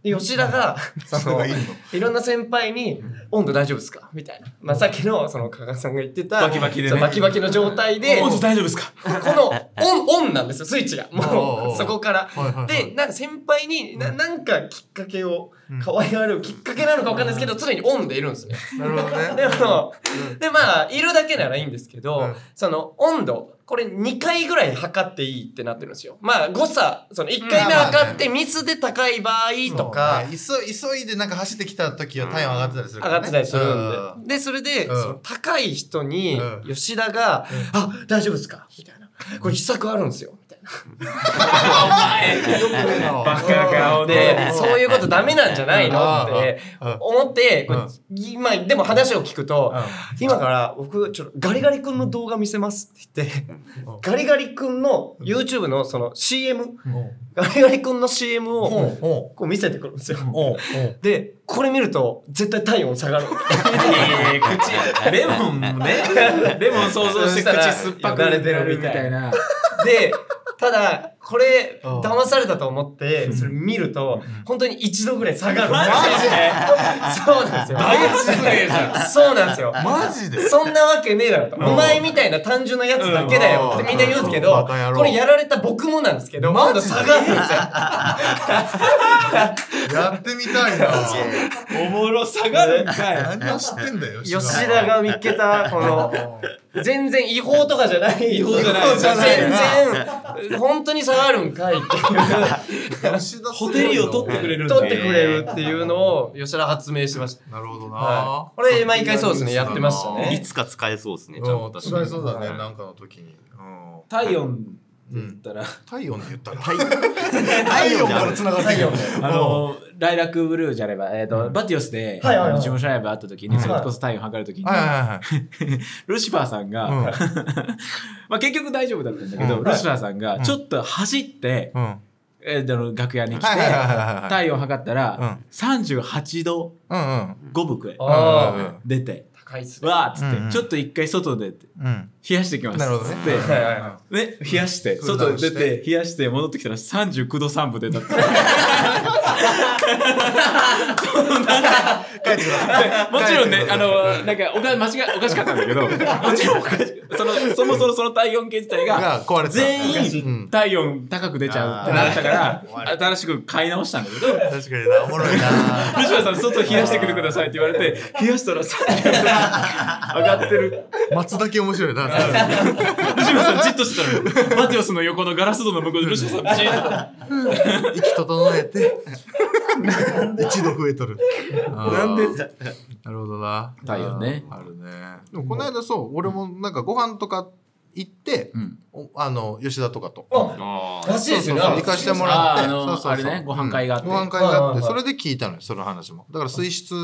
[SPEAKER 5] で吉田が、 その
[SPEAKER 3] いいの
[SPEAKER 5] いろんな先輩に「温度大丈夫ですか?」みたいな、まあ、さっきのその加賀さんが言ってた
[SPEAKER 1] バキバキでね
[SPEAKER 5] そうバキバキの状態で
[SPEAKER 1] もう
[SPEAKER 5] こ
[SPEAKER 1] ちょっと大丈夫ですか
[SPEAKER 5] のオンオンなんですよスイッチが
[SPEAKER 3] おうお
[SPEAKER 5] も
[SPEAKER 3] う
[SPEAKER 5] うそこから
[SPEAKER 3] はいはいはい。
[SPEAKER 5] でなんか先輩にななんかきっかけを
[SPEAKER 3] うん
[SPEAKER 5] 可愛がるきっかけなのか分かんないですけど常にオンでいるんですね
[SPEAKER 3] なるほどね。
[SPEAKER 5] でもでまあいるだけならいいんですけど、
[SPEAKER 3] うん
[SPEAKER 5] その温度これ2回ぐらい測っていいってなってるんですよまあ誤差その1回目測ってミスで高い場合とか、
[SPEAKER 3] そうね急い急いでなんか走ってきた時は体温上がってたりする
[SPEAKER 5] 上がってたりするんで。で、それで、
[SPEAKER 3] うん
[SPEAKER 5] その高い人に
[SPEAKER 3] う、ん
[SPEAKER 5] 吉田が、あ、大丈夫ですかみたいな。これ秘策あるんですよ。みたいな。
[SPEAKER 3] でよくねえな
[SPEAKER 1] バカ顔
[SPEAKER 5] で、そう
[SPEAKER 3] い
[SPEAKER 5] いうことダメなんじゃないのって
[SPEAKER 3] うんうん
[SPEAKER 5] 思って、これ
[SPEAKER 3] うん
[SPEAKER 5] 今、でも話を聞くと
[SPEAKER 3] うん、
[SPEAKER 5] 今から僕、ちょっとガリガリ君の動画見せますって言って、ガリガリ君の YouTube のその CM、ガリガリ君の CM を、
[SPEAKER 3] お
[SPEAKER 5] こう見せてくるんですよ。で、これ見ると絶対体温下がる。
[SPEAKER 1] えー口レモンねレモン想像して口酸っぱく
[SPEAKER 5] よだれ出るみたい
[SPEAKER 1] な
[SPEAKER 5] で、ただ、これ、
[SPEAKER 3] うん
[SPEAKER 5] 騙されたと思って、それ見ると、本当に一度ぐらい下がるんですよ。そうなんですよ。そうなんですよ。
[SPEAKER 3] マジ で
[SPEAKER 5] そんなわけねえだろと。お前みたいな単純なやつだけだよってみんな言うんですけ
[SPEAKER 3] うん
[SPEAKER 5] ど、
[SPEAKER 3] バカ野郎
[SPEAKER 5] これやられた僕もなんですけど、今度下がるんですよ。
[SPEAKER 3] やってみたい な。
[SPEAKER 1] おもろ下がるんかい。
[SPEAKER 3] 何を知ってんだよ、
[SPEAKER 5] 吉田が見っけた、この、全然違法とかじゃない。違
[SPEAKER 1] 法じゃない
[SPEAKER 5] 全然、本当に下がるんかいっていう、
[SPEAKER 3] 吉田。
[SPEAKER 1] ホテリを取ってくれるんだ。
[SPEAKER 5] 取ってくれるっていうのを吉田発明しました。
[SPEAKER 3] なるほど
[SPEAKER 5] は
[SPEAKER 3] な。
[SPEAKER 5] い、これ毎回そうですね、やってました
[SPEAKER 4] い
[SPEAKER 5] ね。
[SPEAKER 4] つか使えそうですね。ちゃん
[SPEAKER 3] うん
[SPEAKER 4] と確
[SPEAKER 3] 使
[SPEAKER 4] か
[SPEAKER 3] え
[SPEAKER 4] に
[SPEAKER 3] そうだね、なんかの時に。うん
[SPEAKER 1] 体温って言ったら、
[SPEAKER 3] 太陽って言ったら。
[SPEAKER 4] 太陽から
[SPEAKER 3] つながってるよ。
[SPEAKER 1] あのライラックブルーじゃねば、えっ、と、バティオスで、
[SPEAKER 5] はいはいは
[SPEAKER 1] あの
[SPEAKER 5] い
[SPEAKER 1] 事務所ライブあった時に、それこそ体温測る時に、
[SPEAKER 3] はいは
[SPEAKER 1] ルシファーさんが、
[SPEAKER 3] いはい。
[SPEAKER 1] まあ結局大丈夫だったんだけど、
[SPEAKER 3] うん
[SPEAKER 1] ルシファーさんが
[SPEAKER 3] うん
[SPEAKER 1] ちょっと走って、
[SPEAKER 3] うん。うん。
[SPEAKER 1] えーあの楽屋に来て
[SPEAKER 3] はいはいはいはい。
[SPEAKER 1] 体温測ったら、
[SPEAKER 3] うん
[SPEAKER 1] 38度
[SPEAKER 3] うんうん。
[SPEAKER 1] 5分くらい
[SPEAKER 5] ああ、
[SPEAKER 1] 出て
[SPEAKER 5] 高いっすね。
[SPEAKER 1] わーっつって、
[SPEAKER 3] うんうん
[SPEAKER 1] ちょっと一回外で
[SPEAKER 3] うん。
[SPEAKER 1] 冷やしてきます
[SPEAKER 3] なるほ
[SPEAKER 1] っ
[SPEAKER 3] ど
[SPEAKER 1] つ
[SPEAKER 3] ね
[SPEAKER 1] っ
[SPEAKER 5] はいはいはい
[SPEAKER 1] て、ね冷やして、
[SPEAKER 3] うん
[SPEAKER 1] 外で出て冷やして戻ってきたら39度3分出 たっても
[SPEAKER 3] 帰ってください。
[SPEAKER 1] ちろんねあのなんかおか間違いおかしかったんだけどもちろんおかしそのそもそもその体温計自体が
[SPEAKER 3] が壊れてた。
[SPEAKER 1] 全
[SPEAKER 3] う
[SPEAKER 1] 員
[SPEAKER 3] ん。
[SPEAKER 1] 体温高く出ちゃうってなったから新しく買い直したんだけど
[SPEAKER 3] 確かにな、おもろいな。
[SPEAKER 1] 西村さん、外冷やしてくれくださいって言われて、冷やしたら3上がってる。
[SPEAKER 3] 松だけ面白いな。確
[SPEAKER 1] 西村さん、じっとしてたのよ。バティオスの横のガラス戸の向こうで、西村さん、じーっと。
[SPEAKER 3] かに息整えて。一度増えとる。なんでなるほどな。
[SPEAKER 1] 太陽ね
[SPEAKER 3] あーあるね。でもこの間そう、俺もなんかご飯とか行って、
[SPEAKER 1] うん
[SPEAKER 3] おあの、吉田とかと。
[SPEAKER 5] あ、
[SPEAKER 4] あ
[SPEAKER 5] らしいですよね。
[SPEAKER 3] そうそうそう行かしてもらって
[SPEAKER 1] あーあの
[SPEAKER 3] そうそうそう
[SPEAKER 1] あれねご飯会があって
[SPEAKER 3] うんご飯会があ
[SPEAKER 5] は
[SPEAKER 3] っ
[SPEAKER 5] いはいは
[SPEAKER 3] て
[SPEAKER 5] い
[SPEAKER 3] それで聞いたのよその話もだから水質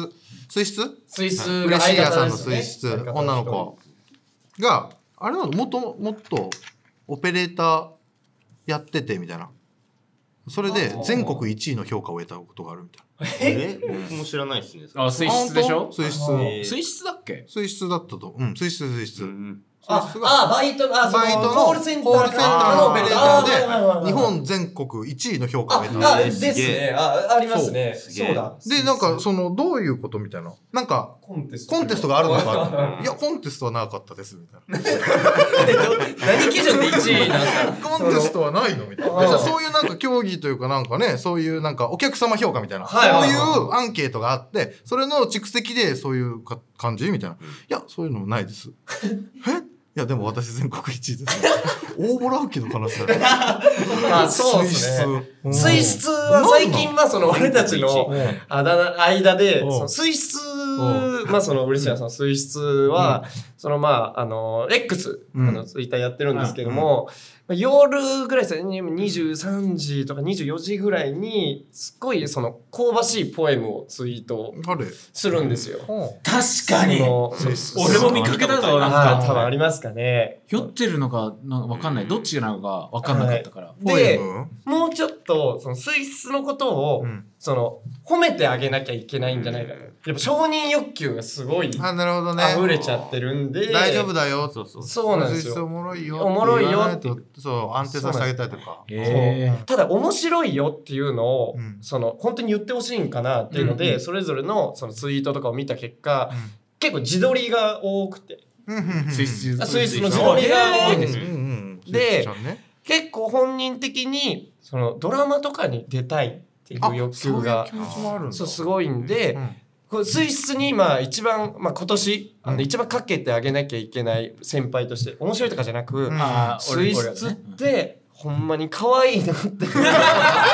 [SPEAKER 3] 水質
[SPEAKER 5] スイスが
[SPEAKER 3] 嬉しい
[SPEAKER 5] 相
[SPEAKER 3] 屋さ
[SPEAKER 5] 方
[SPEAKER 3] ん
[SPEAKER 5] で
[SPEAKER 3] の
[SPEAKER 5] すね
[SPEAKER 3] 水質女の。子があれなのもっともっとオペレーターやっててみたいなそれで全国1位の評価を得たことがあるみたい
[SPEAKER 4] え僕も知らないですね。
[SPEAKER 1] あ、水
[SPEAKER 3] な
[SPEAKER 1] 質でしょ
[SPEAKER 3] 本当水質
[SPEAKER 4] えー
[SPEAKER 1] 水質だっけ
[SPEAKER 3] 水質だったとうん水質水質水
[SPEAKER 4] うん
[SPEAKER 5] あ
[SPEAKER 3] 質、が
[SPEAKER 5] あ、バイトの、あ、その
[SPEAKER 3] バイトの
[SPEAKER 5] コールセンター
[SPEAKER 3] コールセンターのオペレータ
[SPEAKER 5] あはいはいはい
[SPEAKER 3] ー
[SPEAKER 5] はい
[SPEAKER 3] で日本全国1位の評価を得た
[SPEAKER 5] あ、あです
[SPEAKER 4] すげ
[SPEAKER 5] ね。あ、ありますね。
[SPEAKER 4] そうすげえ
[SPEAKER 5] そうだ。
[SPEAKER 3] でなんかそのどういうことみたいななんか
[SPEAKER 5] コンテスト。
[SPEAKER 3] コンテストがあるのかって
[SPEAKER 4] うん
[SPEAKER 3] いやコンテストはなかったですみたいな
[SPEAKER 5] 何基準で1位なんですか
[SPEAKER 3] コンテストはないのみたいな
[SPEAKER 5] うん
[SPEAKER 3] じゃあそういうなんか競技というかなんかねそういうなんかお客様評価みたいな、
[SPEAKER 5] はいはいはい
[SPEAKER 3] そういうアンケートがあってそれの蓄積でそういうか感じみたいな、いやそういうのもないですえいやでも私全国1位です大ボラウキの可能性ある
[SPEAKER 5] まあ、そうですね。
[SPEAKER 3] うん
[SPEAKER 5] 水質は最近、まあ、その、俺たちの
[SPEAKER 3] うん
[SPEAKER 5] あだ名間で、
[SPEAKER 3] うん
[SPEAKER 5] その水質
[SPEAKER 3] う、
[SPEAKER 5] まあ、その、嬉しいな、その水質は、その、まあ、あの、X、あ
[SPEAKER 3] うん
[SPEAKER 5] の、ツイッターやってるんですけども、まあ夜ぐらいですね、23時とか24時ぐらいに、すっごい、その、香ばしいポエムをツイート
[SPEAKER 3] 誰
[SPEAKER 5] するんですよ。
[SPEAKER 1] 確か
[SPEAKER 5] その
[SPEAKER 1] 俺も見かけたぞ、なん
[SPEAKER 5] ああ、多
[SPEAKER 1] か。
[SPEAKER 5] 分ありますかね。
[SPEAKER 1] 酔ってるのか、なんかわかんない。どっちなのかわかんなかったから。
[SPEAKER 3] ポエ
[SPEAKER 5] で、
[SPEAKER 3] ム
[SPEAKER 5] もうちょっと、その、水質のことを、
[SPEAKER 3] うん
[SPEAKER 5] その、褒めてあげなきゃいけないんじゃないかな。やっぱ承認欲求がすごい
[SPEAKER 3] あなるほどね
[SPEAKER 5] 溢れちゃってるんで、
[SPEAKER 3] 大丈夫だよ
[SPEAKER 4] そうそう。
[SPEAKER 5] そうなんです
[SPEAKER 3] 水質お
[SPEAKER 5] よ。
[SPEAKER 3] もろいよ
[SPEAKER 5] おもろいよ
[SPEAKER 3] って言わないとそう安定させてあげたいとか
[SPEAKER 1] へー
[SPEAKER 5] ただ、面白いよっていうのを、
[SPEAKER 3] うん
[SPEAKER 5] その、本当に言ってほしいんかなっていうので、
[SPEAKER 1] うんうん
[SPEAKER 5] それぞれの、そのツイートとかを見た結果、
[SPEAKER 3] うん
[SPEAKER 5] 結構自撮りが多くて、
[SPEAKER 1] 水質
[SPEAKER 5] あ水質の自撮りが多いんですよ
[SPEAKER 3] うんうん
[SPEAKER 5] で
[SPEAKER 3] 水質ちゃんね
[SPEAKER 5] 結構本人的にそのドラマとかに出たいっていう
[SPEAKER 3] あ
[SPEAKER 5] 欲求が
[SPEAKER 3] そういう気持ちもあるんだ
[SPEAKER 5] そうすごいんで、
[SPEAKER 3] うん
[SPEAKER 5] これ水質にまあ一番、まあ、今年あの一番かけてあげなきゃいけない先輩として面白いとかじゃなく、
[SPEAKER 3] うん
[SPEAKER 1] あー俺
[SPEAKER 5] 水
[SPEAKER 1] 俺はね
[SPEAKER 5] 質ってほんまに可愛いなってこれ言って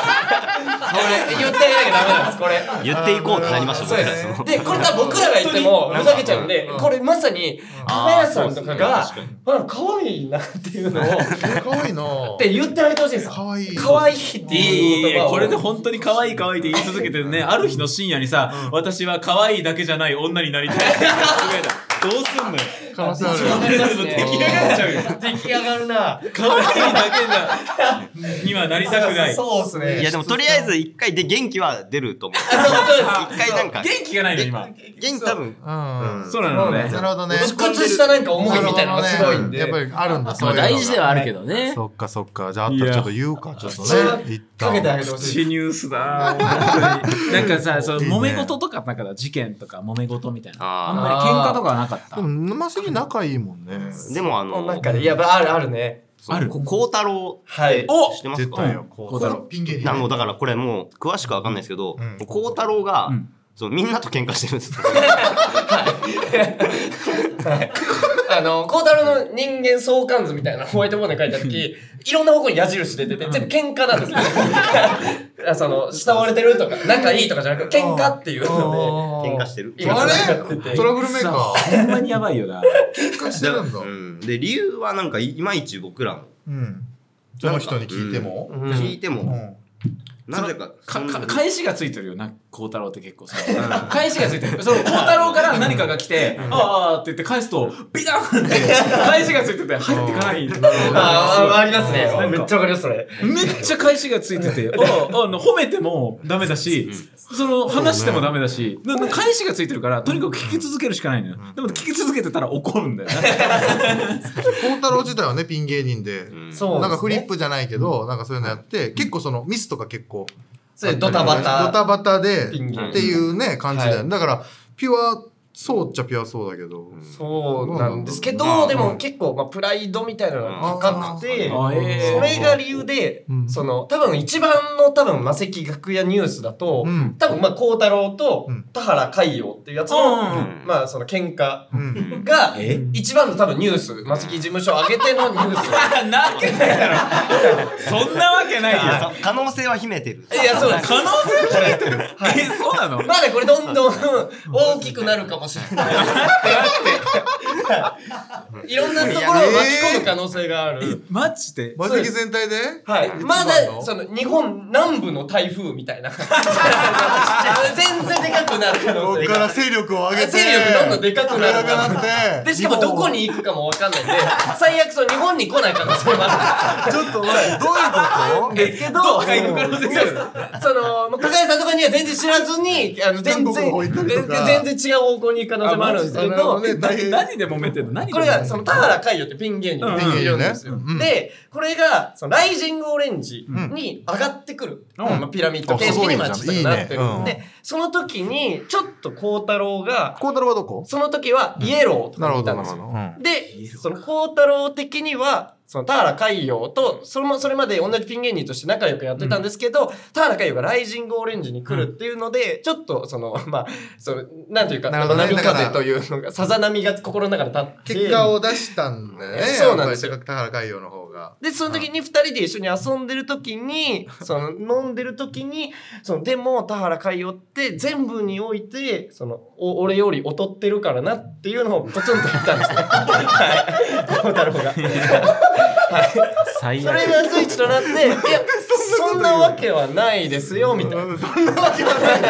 [SPEAKER 5] あげなきゃダメなんですこれ。
[SPEAKER 4] 言っていこうってなりました
[SPEAKER 5] そう
[SPEAKER 4] 僕らその
[SPEAKER 5] です。で、これ多分僕らが言ってもふざけちゃうんで、これまさに、金谷さんとか
[SPEAKER 4] あー
[SPEAKER 5] が
[SPEAKER 4] そうですね、
[SPEAKER 5] あ可愛いなっていうのを、っ
[SPEAKER 3] え可愛いな
[SPEAKER 5] て言ってあげてほしいんですよ。
[SPEAKER 3] 可愛い
[SPEAKER 5] 可愛いって
[SPEAKER 1] いやいや
[SPEAKER 5] いう
[SPEAKER 1] い
[SPEAKER 5] 言
[SPEAKER 1] や
[SPEAKER 5] 葉を
[SPEAKER 1] これで本当に可愛い可愛いって言い続けてるね、ある日の深夜にさ、私は可愛いだけじゃない女になりたい。 どうすんのよ。
[SPEAKER 3] 可能性ある
[SPEAKER 7] わかります
[SPEAKER 1] 出来上
[SPEAKER 7] ね。
[SPEAKER 1] がっちゃうよ。
[SPEAKER 5] 出来上がるな。
[SPEAKER 1] 可愛いだ けなにはなりたくない。
[SPEAKER 5] そうですね。
[SPEAKER 4] いやでもとりあえず一回で元気は出ると思う。一回なんか、
[SPEAKER 1] 元気がないの今。
[SPEAKER 4] 元気多分、
[SPEAKER 3] うん
[SPEAKER 1] そうなのね
[SPEAKER 3] な。るほどね
[SPEAKER 5] 靴下なんか重いみたいなのがすごいんで。
[SPEAKER 3] やっぱりあるんだそういうのが
[SPEAKER 7] 大事ではあるけどね。
[SPEAKER 3] そっかそっかじゃああったらちょっと言うかちょっと
[SPEAKER 5] それは
[SPEAKER 3] ね一
[SPEAKER 5] かけてあ
[SPEAKER 3] 旦
[SPEAKER 5] げてほし
[SPEAKER 1] チ
[SPEAKER 5] い。
[SPEAKER 1] ニュースだ本当になんかさ、その
[SPEAKER 3] いいね
[SPEAKER 1] 揉め事とかなんかだ事件とか揉め事みたいな。あ
[SPEAKER 4] あ
[SPEAKER 1] ん
[SPEAKER 4] ー
[SPEAKER 1] まり喧嘩とかはなかった
[SPEAKER 3] でも。沼杉仲いいもんね
[SPEAKER 4] でもあの、
[SPEAKER 5] なんかね、いや、あるあるね。
[SPEAKER 4] そう
[SPEAKER 1] ある
[SPEAKER 4] こ孝太郎
[SPEAKER 5] はい。
[SPEAKER 1] お
[SPEAKER 4] してます
[SPEAKER 3] 絶
[SPEAKER 4] か
[SPEAKER 3] 対よ
[SPEAKER 1] 孝太郎。
[SPEAKER 3] ピン芸
[SPEAKER 4] あのだからこれもう詳しくは分かんないですけど
[SPEAKER 3] うん
[SPEAKER 4] 孝太郎が、
[SPEAKER 1] うん
[SPEAKER 4] そうみんなと喧嘩してるんですよ
[SPEAKER 5] あの、孝太郎の人間相関図み たいなホワイトボードに書いた時、いろんな方向に矢印出てて、全部喧嘩なん ですよ。あその、慕われてるとか、仲いいとかじゃなくて、喧嘩っていうの
[SPEAKER 4] 喧嘩してる
[SPEAKER 5] で、今
[SPEAKER 3] あれ
[SPEAKER 5] 繋がってて
[SPEAKER 3] トラブルメーカー
[SPEAKER 1] ほんまにやばいよな。
[SPEAKER 3] 喧嘩してるんだ
[SPEAKER 4] うん、で理由はなんかいいまいち僕らも、
[SPEAKER 3] うんどの人に聞いても
[SPEAKER 5] うん
[SPEAKER 4] 聞いて
[SPEAKER 3] う
[SPEAKER 4] も、
[SPEAKER 3] ん
[SPEAKER 4] なぜか
[SPEAKER 1] か
[SPEAKER 4] そんな
[SPEAKER 1] か返しがついてるよな孝太郎って結構さ返しがついてるその孝太郎から何かが来て「ああ」って言って返すとビタンって返しがついてて入ってかない
[SPEAKER 5] ああ、
[SPEAKER 1] な
[SPEAKER 5] ありますね。めっちゃわかります、それ。
[SPEAKER 1] めっちゃ返しがついててあああの褒めてもダメだしその話してもダメだしなな返しがついてるからとにかく聞き続けるしかないのよでも聞き続けてたら怒るんだよね
[SPEAKER 3] 孝太郎自体はねピン芸人で
[SPEAKER 4] うん
[SPEAKER 5] そう
[SPEAKER 3] なんかフリップじゃないけどなんかそういうのやって結構そのミスとか結構
[SPEAKER 5] そうドタバタ。
[SPEAKER 3] ドタバタで
[SPEAKER 5] ピン芸人
[SPEAKER 3] っていうね感じだよ
[SPEAKER 5] は
[SPEAKER 3] ねだからピュアそうっちゃピュアそうだけど
[SPEAKER 5] そうなんですけ
[SPEAKER 4] ま
[SPEAKER 5] ど、
[SPEAKER 4] あ
[SPEAKER 5] でも結構、まあ、プライドみたいなのが高くて、
[SPEAKER 1] あえ
[SPEAKER 5] それが理由で、
[SPEAKER 3] うん
[SPEAKER 5] その、多分一番の多分、魔石楽屋ニュースだと、
[SPEAKER 3] うん
[SPEAKER 5] 多分、まあ、孝太郎と
[SPEAKER 3] うん
[SPEAKER 5] 田原海洋っていうやつ
[SPEAKER 1] うん
[SPEAKER 5] の、
[SPEAKER 4] うん
[SPEAKER 5] まあ、その喧嘩
[SPEAKER 3] うん
[SPEAKER 5] が
[SPEAKER 1] え、
[SPEAKER 5] 一番の多分ニュース、魔石事務所上げてのニュース。
[SPEAKER 1] なわけないだろ そんなわけないよ
[SPEAKER 4] あ可能性は秘めてる
[SPEAKER 5] いや、そうです。
[SPEAKER 1] 可能性秘めてるえそうなの
[SPEAKER 5] まだこれどんどん大きくなるかもしれない。はいいろんなところを巻き込む可能性がある。
[SPEAKER 1] マジで
[SPEAKER 3] マジキ全体で
[SPEAKER 5] はい、
[SPEAKER 3] 一番
[SPEAKER 5] ま
[SPEAKER 3] の
[SPEAKER 5] だその日本南部の台風み たいな全然でかくなる可
[SPEAKER 3] こ
[SPEAKER 5] 能
[SPEAKER 3] こ
[SPEAKER 5] 性
[SPEAKER 3] から
[SPEAKER 5] が
[SPEAKER 3] 勢力を上げて
[SPEAKER 5] 勢力どんどんでかくなる
[SPEAKER 3] でかくなって
[SPEAKER 5] でしかもどこに行くかもわかんないんで最悪その日本に来ない可能性もあるちょっ
[SPEAKER 3] ど
[SPEAKER 5] と
[SPEAKER 3] ういうこと
[SPEAKER 5] ですけど
[SPEAKER 1] どっか行く可能性がある
[SPEAKER 5] そのもう高橋さんとかには全然知らずにあの全
[SPEAKER 3] 全国の方行
[SPEAKER 5] 然
[SPEAKER 3] ったりとか
[SPEAKER 5] 全然違う方向に行く可能性もあるんですけ
[SPEAKER 3] あマ
[SPEAKER 5] ど
[SPEAKER 3] ジで大変
[SPEAKER 1] 何で揉めてんの何で
[SPEAKER 5] これがその田原海洋ってピン芸人
[SPEAKER 1] うん
[SPEAKER 5] いるんですよ。
[SPEAKER 3] うん
[SPEAKER 5] でこれがそのライジングオレンジに上がってくる、
[SPEAKER 1] うん
[SPEAKER 5] まあ、ピラミッド
[SPEAKER 3] あ
[SPEAKER 5] 形式にマッチ
[SPEAKER 3] すごい
[SPEAKER 5] し
[SPEAKER 3] じ
[SPEAKER 5] た
[SPEAKER 3] ゃん
[SPEAKER 5] なってる
[SPEAKER 3] いいねうん
[SPEAKER 5] んでその時にちょっと孝太郎が
[SPEAKER 3] 孝太郎はどこ
[SPEAKER 5] その時はイエローと
[SPEAKER 3] な
[SPEAKER 5] か
[SPEAKER 3] るほ
[SPEAKER 5] にいた
[SPEAKER 3] ど
[SPEAKER 5] ん
[SPEAKER 3] な
[SPEAKER 5] で
[SPEAKER 3] る
[SPEAKER 5] す
[SPEAKER 3] ほど
[SPEAKER 5] よ。
[SPEAKER 3] うん
[SPEAKER 5] でその孝太郎的にはその田原海洋とそのそれまで同じピン芸人として仲良くやってたんですけど、田原海洋がライジングオレンジに来るっていうので、ちょっとそのまあそのなんというか、
[SPEAKER 3] なるほどね
[SPEAKER 5] 波
[SPEAKER 3] だから
[SPEAKER 5] 風というのがさざ波が心の中で立って
[SPEAKER 3] 結果を出したんだよね。
[SPEAKER 5] そうなんですよ
[SPEAKER 3] やっぱり高原海洋の方が。
[SPEAKER 5] で、その時に二人で一緒に遊んでる 時に、その飲んでる時に、そのでも田原海洋って全部において、そのお俺より劣ってるからなっていうのをポツンと言った んですね。はい。孝太郎が。はい。
[SPEAKER 1] 最
[SPEAKER 5] それがスイッチとなって、 いや、そんなわけはないですよ、みた いな。
[SPEAKER 3] そんなわけはない
[SPEAKER 5] っ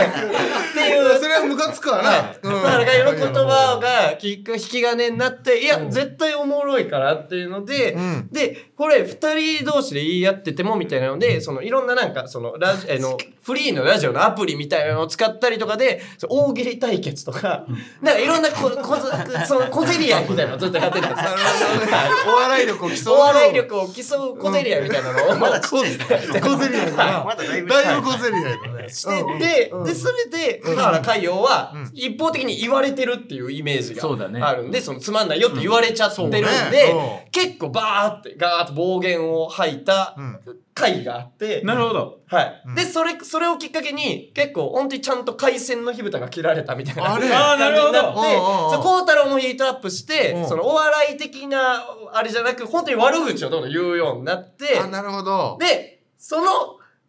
[SPEAKER 5] ていう
[SPEAKER 3] それはムカつくわな。
[SPEAKER 5] はい、
[SPEAKER 3] う
[SPEAKER 5] 田
[SPEAKER 3] ん
[SPEAKER 5] 原海洋の言葉。が聞く引き金になっていや、絶対おもろいからっていうので、
[SPEAKER 3] うん
[SPEAKER 5] でこれ2人同士で言い合っててもみたいなのでそのいろんななんかそのラジあのフリーのラジオのアプリみたいなのを使ったりとかでその大喜利対決とか、なんかいろんなここずその小競り合いみたいなのをずっとやってたんですよ
[SPEAKER 3] なるほどねお笑い力を競う。
[SPEAKER 5] お笑い。力を競う小競り合いみたいなのを、
[SPEAKER 4] まだちっちゃい
[SPEAKER 3] 小 競り合いだ
[SPEAKER 4] まだだいぶ
[SPEAKER 3] な。だいぶ小競り合いだね。
[SPEAKER 5] してて、で、それで、田原海洋は、一方的に言われてるっていうイメージ
[SPEAKER 1] そうだね
[SPEAKER 5] があるんで、そのつまんないよって言われちゃってるんで
[SPEAKER 3] うんそうねう、
[SPEAKER 5] 結構バーって、ガーッと暴言を吐いた
[SPEAKER 3] うん
[SPEAKER 5] 回があって、
[SPEAKER 1] なるほど
[SPEAKER 5] はい。で、それ、それをきっかけに、結構、本当にちゃんと海鮮の火蓋が切られたみたいな。
[SPEAKER 3] あれ
[SPEAKER 1] あーなるほど
[SPEAKER 5] 感じになって
[SPEAKER 3] うんうんうん
[SPEAKER 5] そう孝太郎もヒートアップして
[SPEAKER 3] う、ん
[SPEAKER 5] そのお笑い的な、あれじゃなく、本当に悪口をどんどん言うようになって、
[SPEAKER 3] あ、なるほど。
[SPEAKER 5] で、その、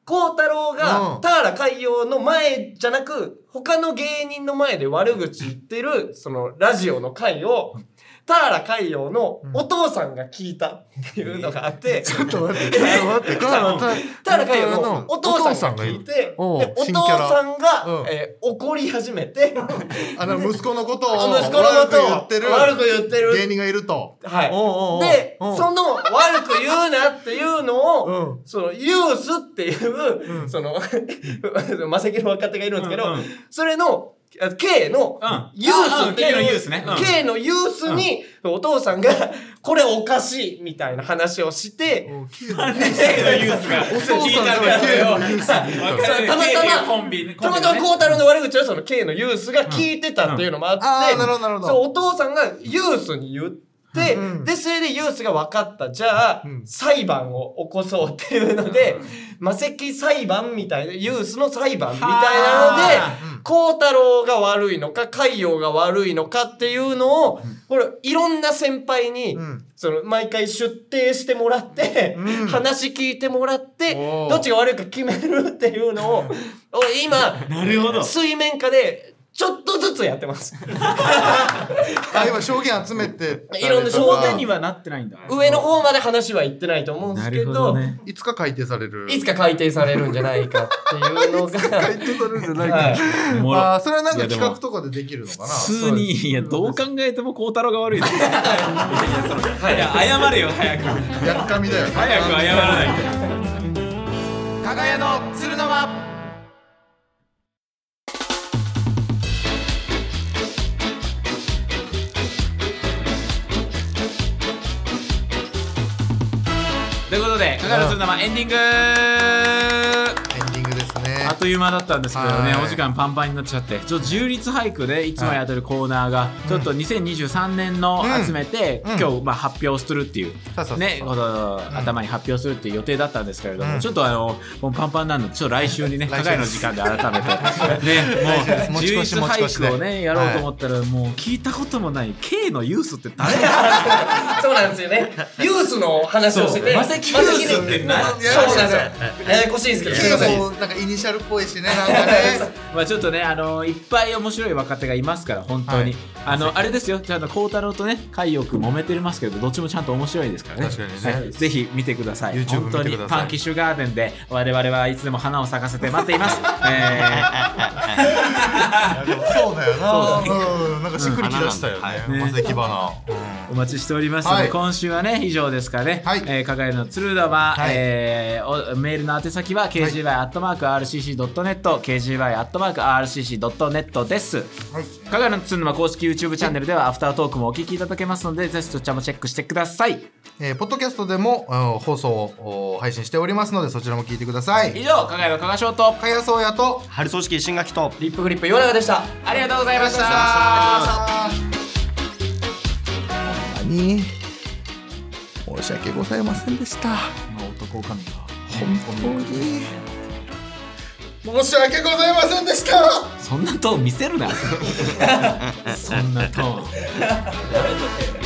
[SPEAKER 5] 孝太郎
[SPEAKER 3] う
[SPEAKER 5] が
[SPEAKER 3] ん、
[SPEAKER 5] 田原海洋の前じゃなく、他の芸人の前で悪口言ってる、その、ラジオの回を、田原海洋のお父さんが聞いたっていうのがあって、
[SPEAKER 3] ちょっと待って、 待って、田原
[SPEAKER 5] 田原海洋のお父さんが聞いて、で
[SPEAKER 3] おう
[SPEAKER 5] お
[SPEAKER 3] 新
[SPEAKER 5] 父
[SPEAKER 3] キャラ
[SPEAKER 5] さん
[SPEAKER 3] う
[SPEAKER 5] が
[SPEAKER 3] ん、
[SPEAKER 5] えー怒り始めて、
[SPEAKER 3] あの息子のことを
[SPEAKER 5] 息子の
[SPEAKER 3] 悪く
[SPEAKER 5] ことを
[SPEAKER 3] 言ってる
[SPEAKER 5] 悪く言ってる
[SPEAKER 3] 芸人がいると。
[SPEAKER 5] はい。
[SPEAKER 3] おうおうおう
[SPEAKER 5] で、
[SPEAKER 3] うん
[SPEAKER 5] その悪く言うなっていうのを、
[SPEAKER 3] うん
[SPEAKER 5] そのユースっていう、その、 魔石の若手がいるんですけど、
[SPEAKER 1] うんうん
[SPEAKER 5] それの、あ K の
[SPEAKER 1] うん
[SPEAKER 5] ユースっていう、
[SPEAKER 1] うん K のユースねうん
[SPEAKER 5] K のユースに、お父さんが、これおかしいみたいな話をして、
[SPEAKER 1] ユースが聞いたんだよ。
[SPEAKER 3] お父さんが 芸人がいると。
[SPEAKER 5] そうたまたま
[SPEAKER 1] コンビね
[SPEAKER 5] たまたま孝太郎の悪口をその K のユースが聞いてたっていうのもあって、
[SPEAKER 3] うんあーなるほどなるほど
[SPEAKER 5] そうお父さんがユースに言って、
[SPEAKER 3] うん
[SPEAKER 5] でそれでユースが分かったじゃあ、
[SPEAKER 3] うん
[SPEAKER 5] 裁判を起こそうっていうので、魔石裁判みたいなユースの裁判みたいな
[SPEAKER 1] は
[SPEAKER 5] ので孝太郎が悪いのか海洋が悪いのかっていうのを、これいろんな先輩に、
[SPEAKER 3] うん
[SPEAKER 5] その毎回出廷してもらって、
[SPEAKER 3] うん
[SPEAKER 5] 話聞いてもらって
[SPEAKER 3] おー
[SPEAKER 5] どっちが悪いか決めるっていうのをお 今
[SPEAKER 1] なるほど。
[SPEAKER 5] 水面下でちょっとずつやってます。
[SPEAKER 3] あ、今証言集めて。
[SPEAKER 5] いろんな証
[SPEAKER 1] 表
[SPEAKER 5] 言
[SPEAKER 1] にはなってないんだ。
[SPEAKER 5] 上の方まで話は行ってないと思うんです
[SPEAKER 1] な
[SPEAKER 5] け
[SPEAKER 1] る
[SPEAKER 5] ど
[SPEAKER 1] ほどね。
[SPEAKER 3] いつか改定される。
[SPEAKER 5] いつか改定されるんじゃないかっていうのが。
[SPEAKER 3] 改定されるんじゃない
[SPEAKER 5] は
[SPEAKER 3] か
[SPEAKER 5] い。
[SPEAKER 1] おもろ
[SPEAKER 3] あーそれはなん
[SPEAKER 1] い
[SPEAKER 3] か
[SPEAKER 1] やで
[SPEAKER 3] 企
[SPEAKER 1] も
[SPEAKER 3] 画とかでできるのかな。
[SPEAKER 1] 普通に、いや、どう考えても孝太郎が悪い です。いやいや、謝れよ、早く。
[SPEAKER 3] やっかみだよ。
[SPEAKER 1] 早く謝らないと。
[SPEAKER 3] かがやの鶴の間。
[SPEAKER 1] ということで、かかるする生エンディング
[SPEAKER 3] エンディングですね
[SPEAKER 1] あっ。という間だったんですけどね
[SPEAKER 3] は、い
[SPEAKER 1] お時間パンパンになっちゃって、ちょっと充実俳句でいつもやってるコーナーが、ちょっと2023年の
[SPEAKER 3] うん
[SPEAKER 1] 集めて、
[SPEAKER 3] うん
[SPEAKER 1] 今日まあ発表するっていう
[SPEAKER 3] そうそうそう、
[SPEAKER 1] ね、この頭に発表するっていう予定だったんですけれども、ちょっとあの、もうパンパンなんで、ちょっと来週にね、
[SPEAKER 3] 来週
[SPEAKER 1] 高いの時間で改め て、ね、もう
[SPEAKER 3] 持
[SPEAKER 1] 充
[SPEAKER 3] ち越し
[SPEAKER 1] 実
[SPEAKER 3] 持ち越し
[SPEAKER 1] 俳
[SPEAKER 3] で
[SPEAKER 1] 句をね、やろうと思ったら、もう聞いたこともない、K のユースって誰や
[SPEAKER 5] そうなんですよね。ユースの話をしてて。
[SPEAKER 1] そう
[SPEAKER 5] マセキ
[SPEAKER 1] ユースって何
[SPEAKER 5] そうなんですよ。ややこしいんですけど、すいません。
[SPEAKER 3] もなんかイニシャルっぽいしね、なんかね。
[SPEAKER 1] まあちょっとね、あのいっぱい面白い若手がいますから、本当に。あの、あれですよ、ちゃんと孝太郎とね、海洋くん揉めてますけど、どっちもちゃんと面白いですからね。
[SPEAKER 3] 確かにね
[SPEAKER 1] はいぜひ見てください。
[SPEAKER 3] YouTube
[SPEAKER 1] 本当
[SPEAKER 3] 見
[SPEAKER 1] に
[SPEAKER 3] てください
[SPEAKER 1] パンキッシュガーデンで、我々はいつでも花を咲かせて待っています。 え
[SPEAKER 3] そうだよな。うん、なんかしっくりきだしたよ
[SPEAKER 4] は
[SPEAKER 3] ね。
[SPEAKER 1] い
[SPEAKER 3] マセキ花。
[SPEAKER 1] ーお待ちしておりますので、
[SPEAKER 3] はい
[SPEAKER 1] 今週はね、以上ですかね。
[SPEAKER 3] はい
[SPEAKER 1] えー、かがやの鶴玉、
[SPEAKER 3] はい
[SPEAKER 1] えーおメールの宛先は、kgy.rcc.net、kgy.rcc.net です。
[SPEAKER 3] はい。
[SPEAKER 1] かがやのつるのま公式 YouTube チャンネルではアフタートークもお聞きいただけますので、ぜひそちらもチェックしてください。
[SPEAKER 3] えーポッドキャストでもうん放送をお配信しておりますので、そちらも聞いてくださ
[SPEAKER 1] 以
[SPEAKER 3] い。
[SPEAKER 1] 上、かがやの加賀翔と、
[SPEAKER 3] かやそうやと。
[SPEAKER 4] 春組織新学期と
[SPEAKER 5] リップグリップ岩永でした。
[SPEAKER 1] ありがとうございました。
[SPEAKER 6] に申し訳ございませんでした
[SPEAKER 1] 男神が。
[SPEAKER 6] 本当に
[SPEAKER 3] 申し訳ございませんでした。
[SPEAKER 1] そんなトーン見せるな。そんなトーン。